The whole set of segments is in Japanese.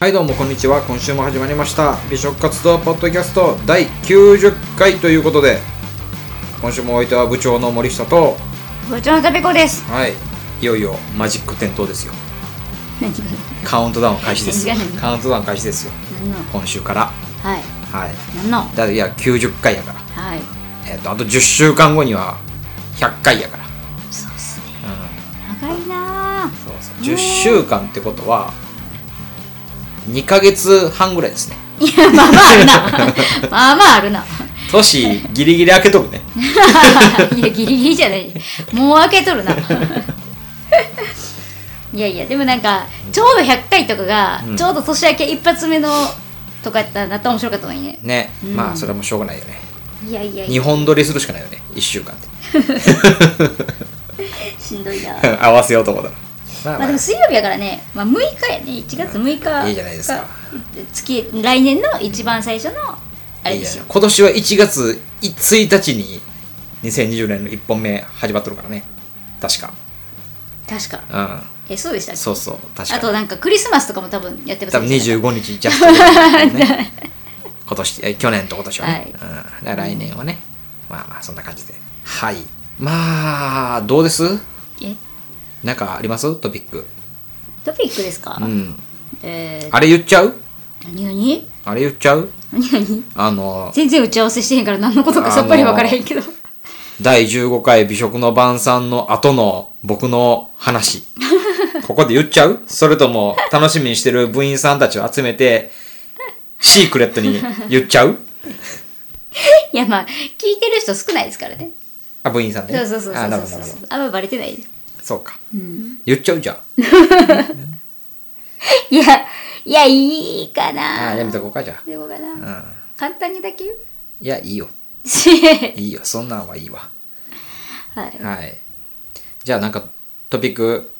はいどうもこんにちは今週も始まりました美食活動ポッドキャスト第90回ということで今週もお相手は部長の森下と部長のたべこです。はいいよいよマジック点灯ですよ何がカウントダウン開始ですよいやいやカウントダウン開始ですよ何の今週からはい。はい何のだいや90回やからはい。えっ、とあと10週間後には100回やからそうっすね。うん長いなぁ。そうそう10週間ってことは2ヶ月半ぐらいですねいや、まあまああるな。まあまあある な。年ギリギリ開けとくねいや、ギリギリじゃない。もう開けとるな。いやいや、でもなんか、ちょうど100回とかが、うんちょうど年明け一発目のとかやったらなったら面白かったのにね。ね、うんまあそれはもうしょうがないよねいやいやい2や、本撮りするしかないよね1週間って しんどいな。合わせようと思ったらまあ、まあまあでも水曜日やからね、まあ、6日やね1月6日いいじゃないですか月来年の一番最初のあれいいでじゃすなよい今年は1月1日に2020年の1本目始まっとるからね確確かかえそうでしたうんっけそうそう確あとかなんかクリスマスとかも多分やってます多分25日 ジャストだよね今年え去年と今年はね、はいうん、だから来年はね、まあまあそんな感じではいまあどうですえなんかありますトピックトピックですか、うんえー、あれ言っちゃう何何あれ言っちゃう何何あの全然打ち合わせしてへんから何のことかさっぱり分からへんけど、 第15回美食の晩餐の後の僕の 話。ここで言っちゃうそれとも楽しみにしてる部員さんたちを集めて、シークレットに言っちゃ ういやまあ聞いてる人少ないですからねあ、部員さんそね。うそうそうあ、なるほそど、うなるそほうど。あんまバレてない そうか。言っちゃうじゃん。いやいやいいかなあ、やめとこうか、じゃでもかな、あ。うん。簡単にだけ言ういや、いいよ。いいよ。そんなんはいいわ。 はいはい。じゃあ、なんかトピック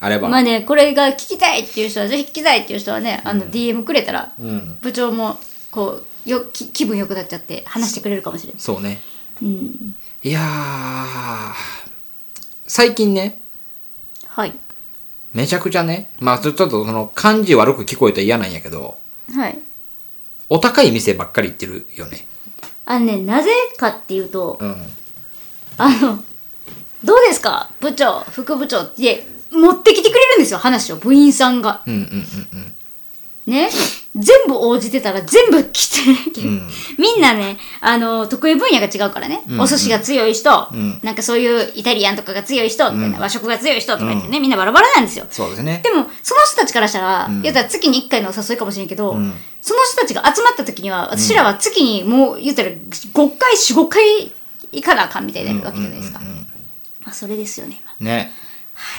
あれば。まあね、これが聞きたいっていう人は、ぜひ聞きたいっていう人はね、あの、DM くれたら、うん。部長も、こう、よ、き気分良くなっちゃって、話してくれるかもしれない。そうね。うん。いやー、最近ね、はい。めちゃくちゃね、まあちょちょっとその漢字悪く聞こえたら嫌なんやけど、はい。お高い店ばっかり行ってるよね。あのね、なぜかっていうと、うん。あの、どうですか部長、副部長って、持ってきてくれるんですよ、話を。部員さんが。うんうんうんね。全部応じてたら全部来てる、んみんなね、あの、得意分野が違うからね。んお寿司が強い人、うんなんかそういうイタリアンとかが強い人、みたいな、和食が強い人とか言ってね、みんなバラバラなんですよ。そうですねで。も、その人たちからしたら、ん言ったら月に1回のお誘いかもしれんけど、んその人たちが集まった時には、私らは月にもう言ったら5回、4、5回行かなあかんみたいになるわけじゃないですか。まあ、それですよね、今。ね。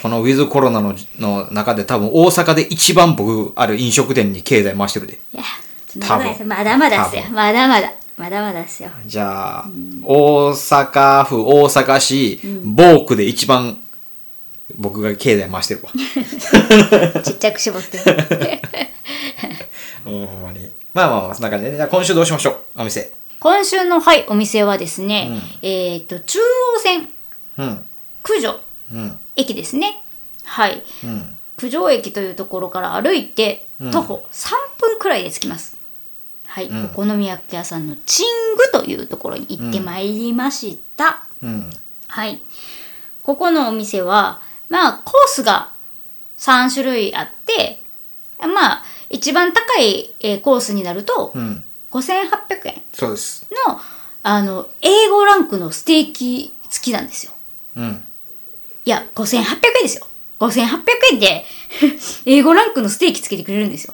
このウィズコロナのの中で多分大阪で一番僕ある飲食店に経済回してるで。いや、そんなことないです多分よまだまだですよ多。まだまだ。まだまだですよ。じゃあ、大阪府、大阪市、某区で一番僕が経済回してるわ。ちっちゃく絞って。うん、ほんまに。まあまあまあ、そんな感じで、ね。じゃあ今週どうしましょうお店。今週の、はい、お店はですね、えっ、と、中央線、うん。九条うん。駅ですね。はい。うん。九条駅というところから歩いて、徒歩3分くらいで着きます。はい、お好み焼き屋さんのチングというところに行ってまいりました。うん。はい。ここのお店は、まあ、コースが3種類あって、まあ、一番高いえーコースになるとう、ん。 5800円そうです。の、あの、A5 ランクのステーキ付きなんですよ。うん。いや、5800円ですよ。5800円で、A5 ランクのステーキつけてくれるんですよ。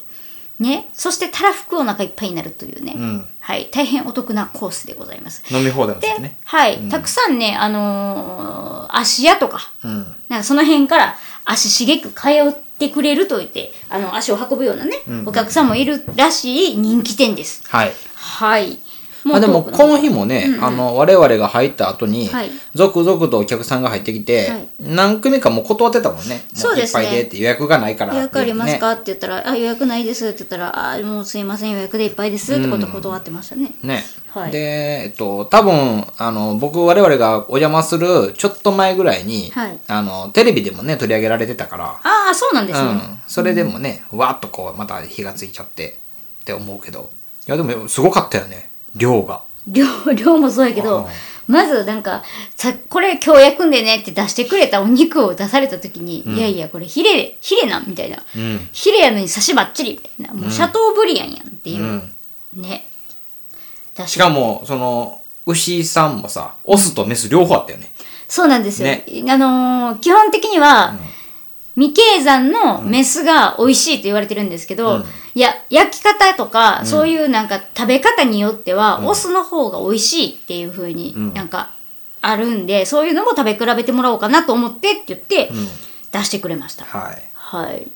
ね。そして、たらふくお腹いっぱいになるというね。んはい。大変お得なコースでございます。飲み放題もでですね。はい、たくさんね、あのー足屋とか、うん。なんかその辺から足しげく通ってくれると言って、あの、足を運ぶようなね、お客さんもいるらしい人気店です。はい。はい。もうまあでもトークのこの日もね、うんうんあの我々が入った後に、はい続々とお客さんが入ってきて、はい何組かもう断ってたもんね。もそうですねいっぱいでって予約がないから。予約ありますねかって言ったら「あ予約ないです」って言ったら「あもうすいません予約でいっぱいです」ってこと断ってましたね、ね、はいで、えっと、多分、あの、僕、我々がお邪魔するちょっと前ぐらいに、はいあの、テレビでもね、取り上げられてたかああそうなんですら、ね、うん。それでもね、わーっとこう、また火がついちゃって、って思うけど。いや、でも、すごかったよね、量が。量量もそうやけど、まずなんかさ「これ今日焼くんでね」って出してくれたお肉を出された時に「いやいやこれヒレヒレなん」みたいな、うん。ヒレやのに刺しばっちりみたいなもうシャトーブリアンやんっていうう、ん。ね出しかも、その、牛さんもさ、オスとメス両方あったよね。そうなんですよ、ねあのー基本的には、未経山のメスが美味しいと言われてるんですけど、うんいや焼き方とか、そういうなんか食べ方によっては、オスの方が美味しいっていう風にんなんかあるんでそういうのも食べ比べてもらおうかなと思ってって言って、ん出してくれましたはい。はい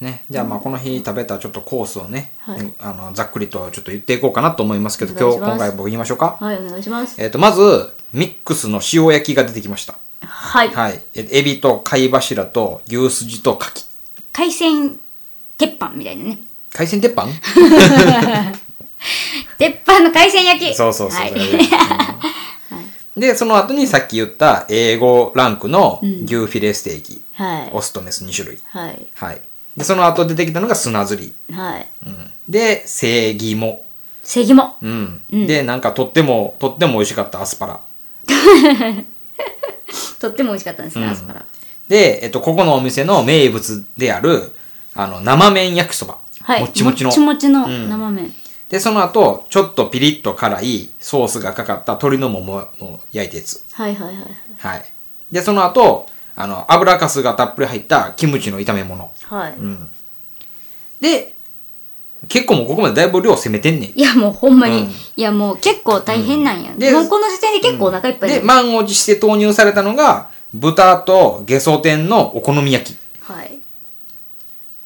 ね、じゃあまあこの日食べたちょっとコースをね、はいうんあのざっくりとちょっと言っていこうかなと思いますけど今日お願いします今回僕言いましょうか、はいお願いしますえっとまずミックスの塩焼きが出てきましたはい、はいえエビと貝柱と牛すじと牡蠣海鮮鉄板みたいなね海鮮鉄板鉄板の海鮮焼きそうそうそう、はいそ れでうんでその後にさっき言った A5 ランクの牛フィレステーキ、はいオスとメス2種類はいはいでその後出てきたのが砂ずり、はいうん、で正義もセギモうん、うんでなんかとってもとっても美味しかったアスパラとっても美味しかったんですね、うんアスパラで、えっと、ここのお店の名物であるあの生麺焼きそば、はいもっちもちのもっちもちのうん生麺、でその後ちょっとピリッと辛いソースがかかった鶏のももを焼いたやつはいはいはいはいでその後あの油かすがたっぷり入ったキムチの炒め物、はい、うん、で結構もうここまでだいぶ量攻めてんねんいやもうほんまに、うんいやもう結構大変なんや、んでもうこの時点で結構お腹いっぱいで、で満を持して投入されたのが豚とゲソ天のお好み焼きはい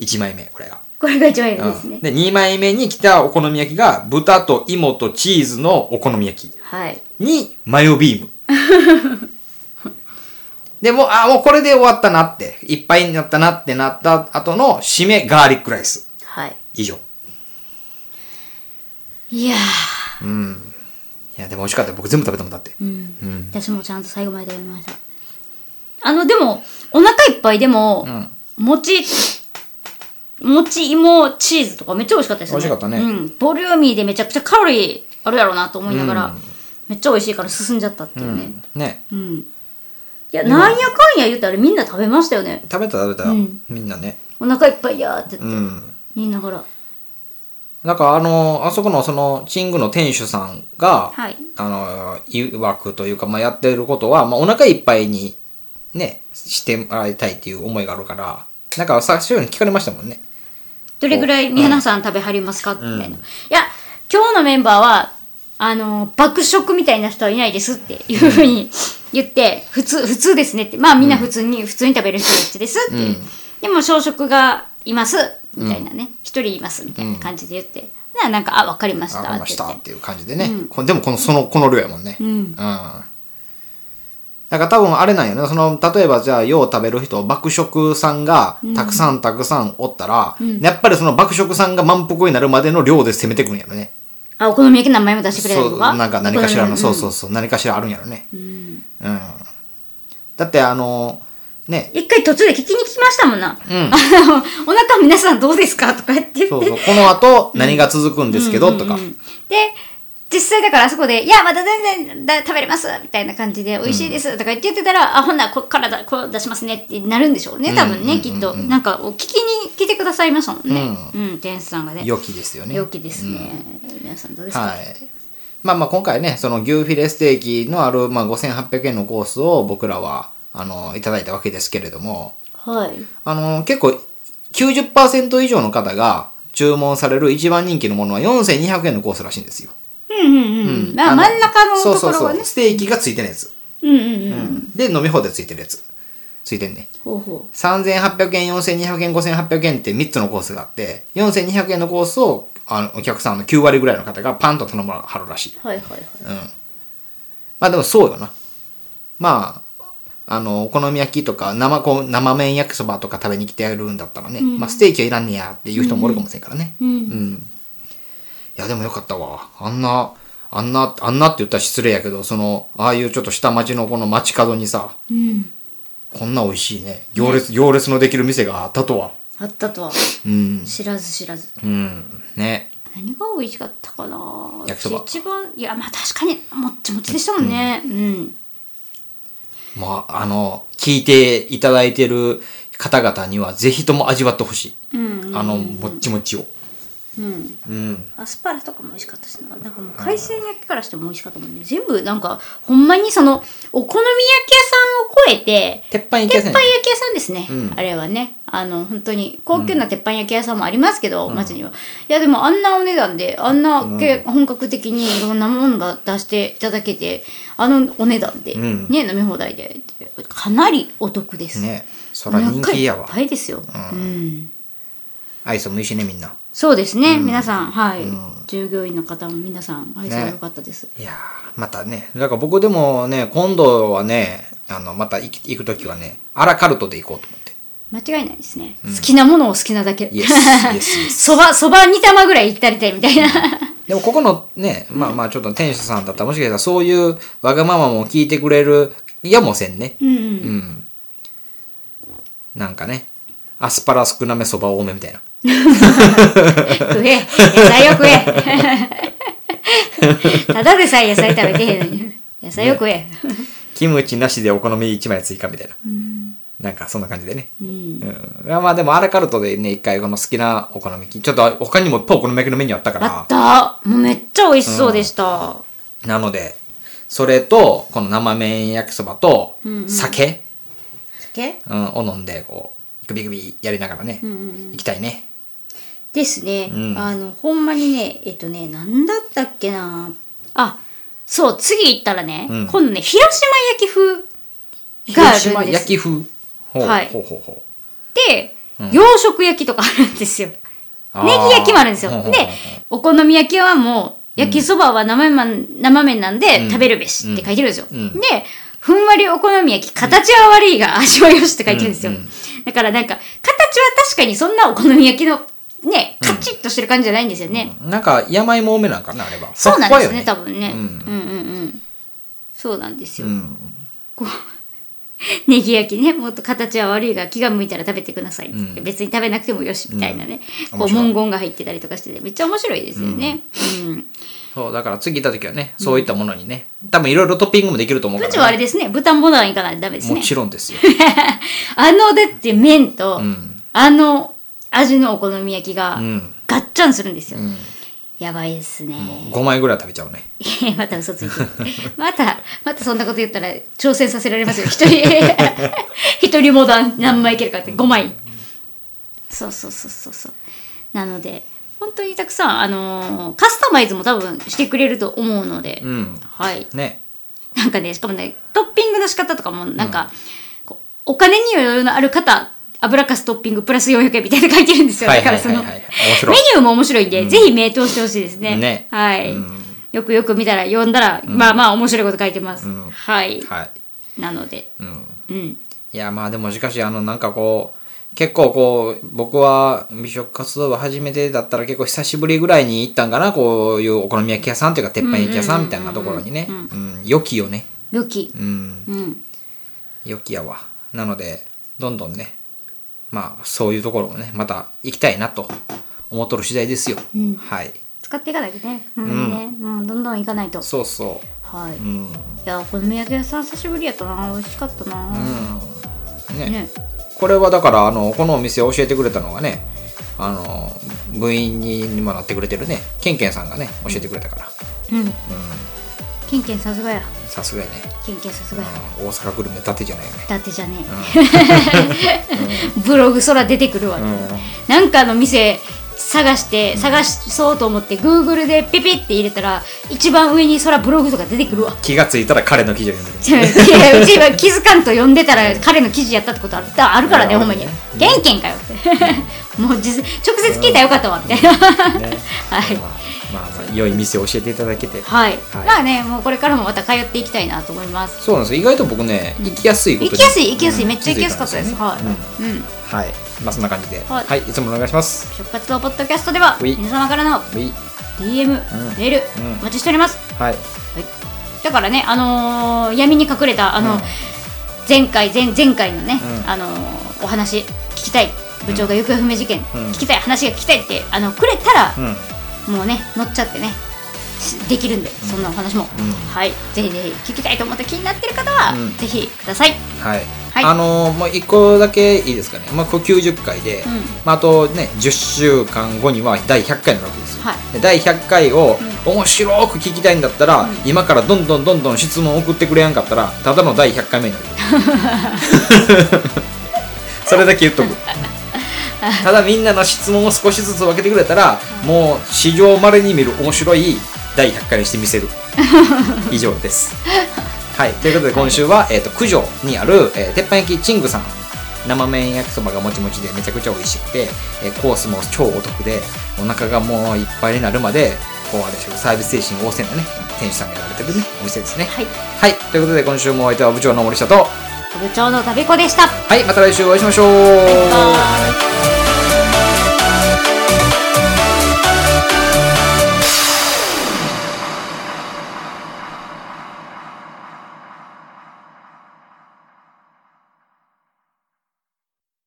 1枚目これがこれが一番いいですうんね、で2枚目に来たお好み焼きが豚と芋とチーズのお好み焼きはいにマヨビー ムでもうあもうこれで終わったなっていっぱいになったなってなった後の締めガーリックライスはい以上いやいやでも美味しかった僕全部食べたもんだってーうん、私もちゃんと最後まで食べましたあのでもお腹いっぱいでも、餅餅芋チーズとかめっちゃ美味しかったですね美味しかったねうん、ボリューミーでめちゃくちゃカロリーあるやろうなと思いながら、めっちゃ美味しいから進んじゃったっていうね、ねうんいや、なんやかんや言うたらみんな食べましたよね。食べた食べた、うんみんなねお腹いっぱいやーって言って、うん言いながら。なんかあのあそこのそのチングの店主さんが、はい。あの、曰くというか、まあ、やってることは、まあ、お腹いっぱいに、ね、してもらいたいっていう思いがあるから、なんか、最初に聞かれましたもんね。どれぐらい皆さん食べはりますかみたいな。いや、今日のメンバーは、あのー、爆食みたいな人はいないですっていうふうに言って、普通、普通ですねって。まあみんな普通に、普通に食べる人たちですっていう。でも、小食がいますみたいなね。一、人いますみたいな感じで言って。ななんか、あ、わかりましたあっわかりて言っまして。たっていう感じでね。こでも、この、その、この量やもんね。うんだから多分あれなんよね。その、例えばじゃあ、よう食べる人、爆食さんがたくさんたくさんおったら、やっぱりその爆食さんが満腹になるまでの量で攻めてくんやろね。あ、お好み焼き名前も出してくれたりそとうか。なんか何かしらの、お好みそう焼きそうそう、何かしらあるんやろね。うん。だって、あの、ね、一回途中で聞きに来ましたもんな。んあの、 お腹皆さんどうですかとか言って言って。そうそう、この後何が続くんですけど、とか。うんで、実際だからあそこで、いや、まだ全然だ食べれますみたいな感じで、美味しいですとか言ってたら、あ、ほんならこっからだ、こう出しますねってなるんでしょうね、多分ね、きっと。なんか、お聞きに来てくださいましたもんね。うん、店主さんがね。良きですよね。良きですね。皆さんどうですかはい。まあまあ今回ね、その牛フィレステーキのある、まあ、5800円のコースを僕らは、あの、いただいたわけですけれども、はい。あの、結構90%以上の方が注文される一番人気のものは4200円のコースらしいんですよ。うんうんうん。まあ、の真ん中のところそうはそうそねう。。ステーキがついてるやつ。うんうんうん。で、飲み放題ついてるやつ。ついてんね。ほうほ3800円、4200円、5800円って3つのコースがあって、4200円のコースをあのお客さんの9割ぐらいの方がパンと頼まはるらしい。はいはいはい。まあでもそうよな。まあ、あの、お好み焼きとか生こう生麺焼きそばとか食べに来てやるんだったらね、まあステーキはいらんねやっていう人もおるかもしれんからね。うん。いや、でもよかったわ。あんな、あんな、あんなって言ったら失礼やけど、その、ああいうちょっと下町のこの街角にさ、うん。こんな美味しいね、行列、行列のできる店があったとは。あったとはうん。知らず知らず。うん。ね。何が美味しかったかな焼きそば一番、いや、まあ確かに、もっちもちでしたもんね。うん。まあ、あの、聞いていただいてる方々には、ぜひとも味わってほしい。うん。あの、もっちもちを。うん。うん。アスパラとかも美味しかったしななんかもう海鮮焼きからしても美味しかったもんね全部なんかほんまにそのお好み焼き屋さんを超えて鉄板焼き鉄屋さ板ん焼き屋さんですね、うんあれはねあの本当に高級な鉄板焼き屋さんもありますけど、街にはいやでもあんなお値段であんなけ、本格的にいろんなものが出していただけてあのお値段で、んね飲み放題でかなりお得です、ねそら人気やおわ腹いっぱいですよ、うん愛想もいいしねみんなそうですね、皆さん、はい、従業員の方も皆さん、愛想が良かったです。いやーまたねだから僕でもね今度はねあのまた行き行く時はねアラカルトで行こうと思って間違いないですね、好きなものを好きなだけイエスイエスイエス そばそば2玉ぐらい行ったりたいみたいなでもここのねまあまあちょっと店主さんだったらもしかしたらそういうわがままも聞いてくれるやもせんねうん、うん、なんかねアスパラ少なめそば多めみたいな食え野菜を食えただでさえ野菜食べてへんのに野菜を食え、キムチなしでお好み1枚追加みたいな、なんかそんな感じでねうん、うん、いやまあでもアラカルトでね一回この好きなお好み焼きちょっと他にもいっぱいお好み焼きのメニューあったかあっらたもうめっちゃ美味しそうでした、なのでそれとこの生麺焼きそばとうんうん酒、酒うんを飲んでこうグビグビやりながらね、うんうんうん行きたいねですね、うんあのほんまにねえっとねなんだったっけなあそう次行ったらね、うん今度ね広島焼き風がある広んです島焼き風ほう,、はいほうほうほうで、うん洋食焼きとかあるんですよネあーギ焼きもあるんですよほうほうほうでお好み焼きはもう焼きそばは生麺生麺なんでうん食べるべしって書いてるんですよ、うんでふんわりお好み焼き形は悪いが味はよしって書いてるんですよ、うんうんだからなんか形は確かにそんなお好み焼きのねカチッとしてる感じじゃないんですよね、なんか山芋多めなんかなあれはそうなんふわでっすふわねよ多分うね、うんん、うんうんそうなんですよ、うんこうネギ焼きねもっと形は悪いが気が向いたら食べてくださいって言って、うん別に食べなくてもよしみたいなね、うんこ面う白い文言が入ってたりとかしててめっちゃ面白いですよねうん、そうだから次行った時はねそういったものにね多分いろいろトッピングもできると思ううから、ちはあれですね豚ボナンいかないとダメですもねちろんですよ あのだって麺と、んあの味のお好み焼きが、うんガッチャンするんですよ、んやばいですね、 5枚ぐらいは食べちゃうねいやまた嘘ついてるまたまたそんなこと言ったら挑戦させられますよ一人 一人モダン何枚いけるかって5枚そうそうそうそうそうなので本当にたくさんあのーカスタマイズも多分してくれると思うので、うんはいねなんかねしかもねトッピングの仕方とかもなんか、こうお金に余裕のある方油かすトッピングプラス400円みたいな書いてるんですよはいだはかいらはいそはいはい面白いのメニューも面白いんで、ぜひ名通してほしいですねねはい、うんよくよく見たら読んだら、まあまあ面白いこと書いてます、んはい、はいなのでうんうんいやまあでもしかしあのなんかこう結構こう僕は美食活動を始めてだったら結構久しぶりぐらいに行ったんかなこういうお好み焼き屋さんというか鉄板焼き屋さんみたいなところにねうん良きよね良きうんうん良きやわなのでどんどんねまあそういうところもねまた行きたいなと思っとる次第ですよ、うんはい使っていかないとね,、うん、ねもうどんどん行かないとそうそはい、うういん、うん、やお好み焼き屋さん久しぶりやったな美味しかったな、ねねこれはだからあのこのお店を教えてくれたのがねあの部員にもなってくれてるねケンケンさんがね教えてくれたからうん、うん、ケンケンさすがやさすがやね、ケンケンさすがや、うん大阪グルメだてじゃないよねだってじゃね え、ブログ空出てくるわ、なんかの店探して探しそうと思って Google でピピって入れたら一番上に空ブログとか出てく るわ気がついたら彼の記事を読んでるいやうちは気づかんと読んでたら彼の記事やったってことあったあるからねあほんまにあるケンケンかよって もう実直接聞いたらよかったわみたい なね、 はいまあ、まあまあ良い店を教えていただけて、はい、はいまあねもうこれからもまた通っていきたいなと思いますそうなんですよ意外と僕ね行きやすいこと行にきやすい行きやすい、うんめっちゃ行きやすかったです気づいはんよねい、うんうんはいまあそんな感じでは、はいいい、つもお願いします食活動ポッドキャストではうい皆様からのはい DM、メール、うんお待ちしておりますはいだからねあのー闇に隠れたあの、うん前回前前回のね、うんあのーお話聞きたい部長が行方不明事件、うん聞きたい話が聞きたいってあのくれたら、うんもうね乗っちゃってねしできるんでそんなお話も、うんはいぜひぜひ聞きたいと思って気になってる方は、うんぜひくださいはい、はいあのー、もう一個だけいいですかね、まあ、これ90回で、んまあ、あとね10週間後には第100回になるわけですよ、はいで第100回を面白く聞きたいんだったら、今からどんどんどんどん質問送ってくれやんかったらただの第100回目になる それだけ言っとくただみんなの質問を少しずつ分けてくれたら、もう史上まれに見る面白い第100回にしてみせる以上ですはい、ということで今週は、えー、と九条にある、えー鉄板焼きチングさん生麺焼きそばがもちもちでめちゃくちゃ美味しくて、えーコースも超お得でお腹がもういっぱいになるまでこうあれでしょサービス精神旺盛なね店主さんがやられてるねお店ですねはいはいということで今週もお相手は部長の森下とは部長の旅子でしたいまた来週お会いしましょうバイバイ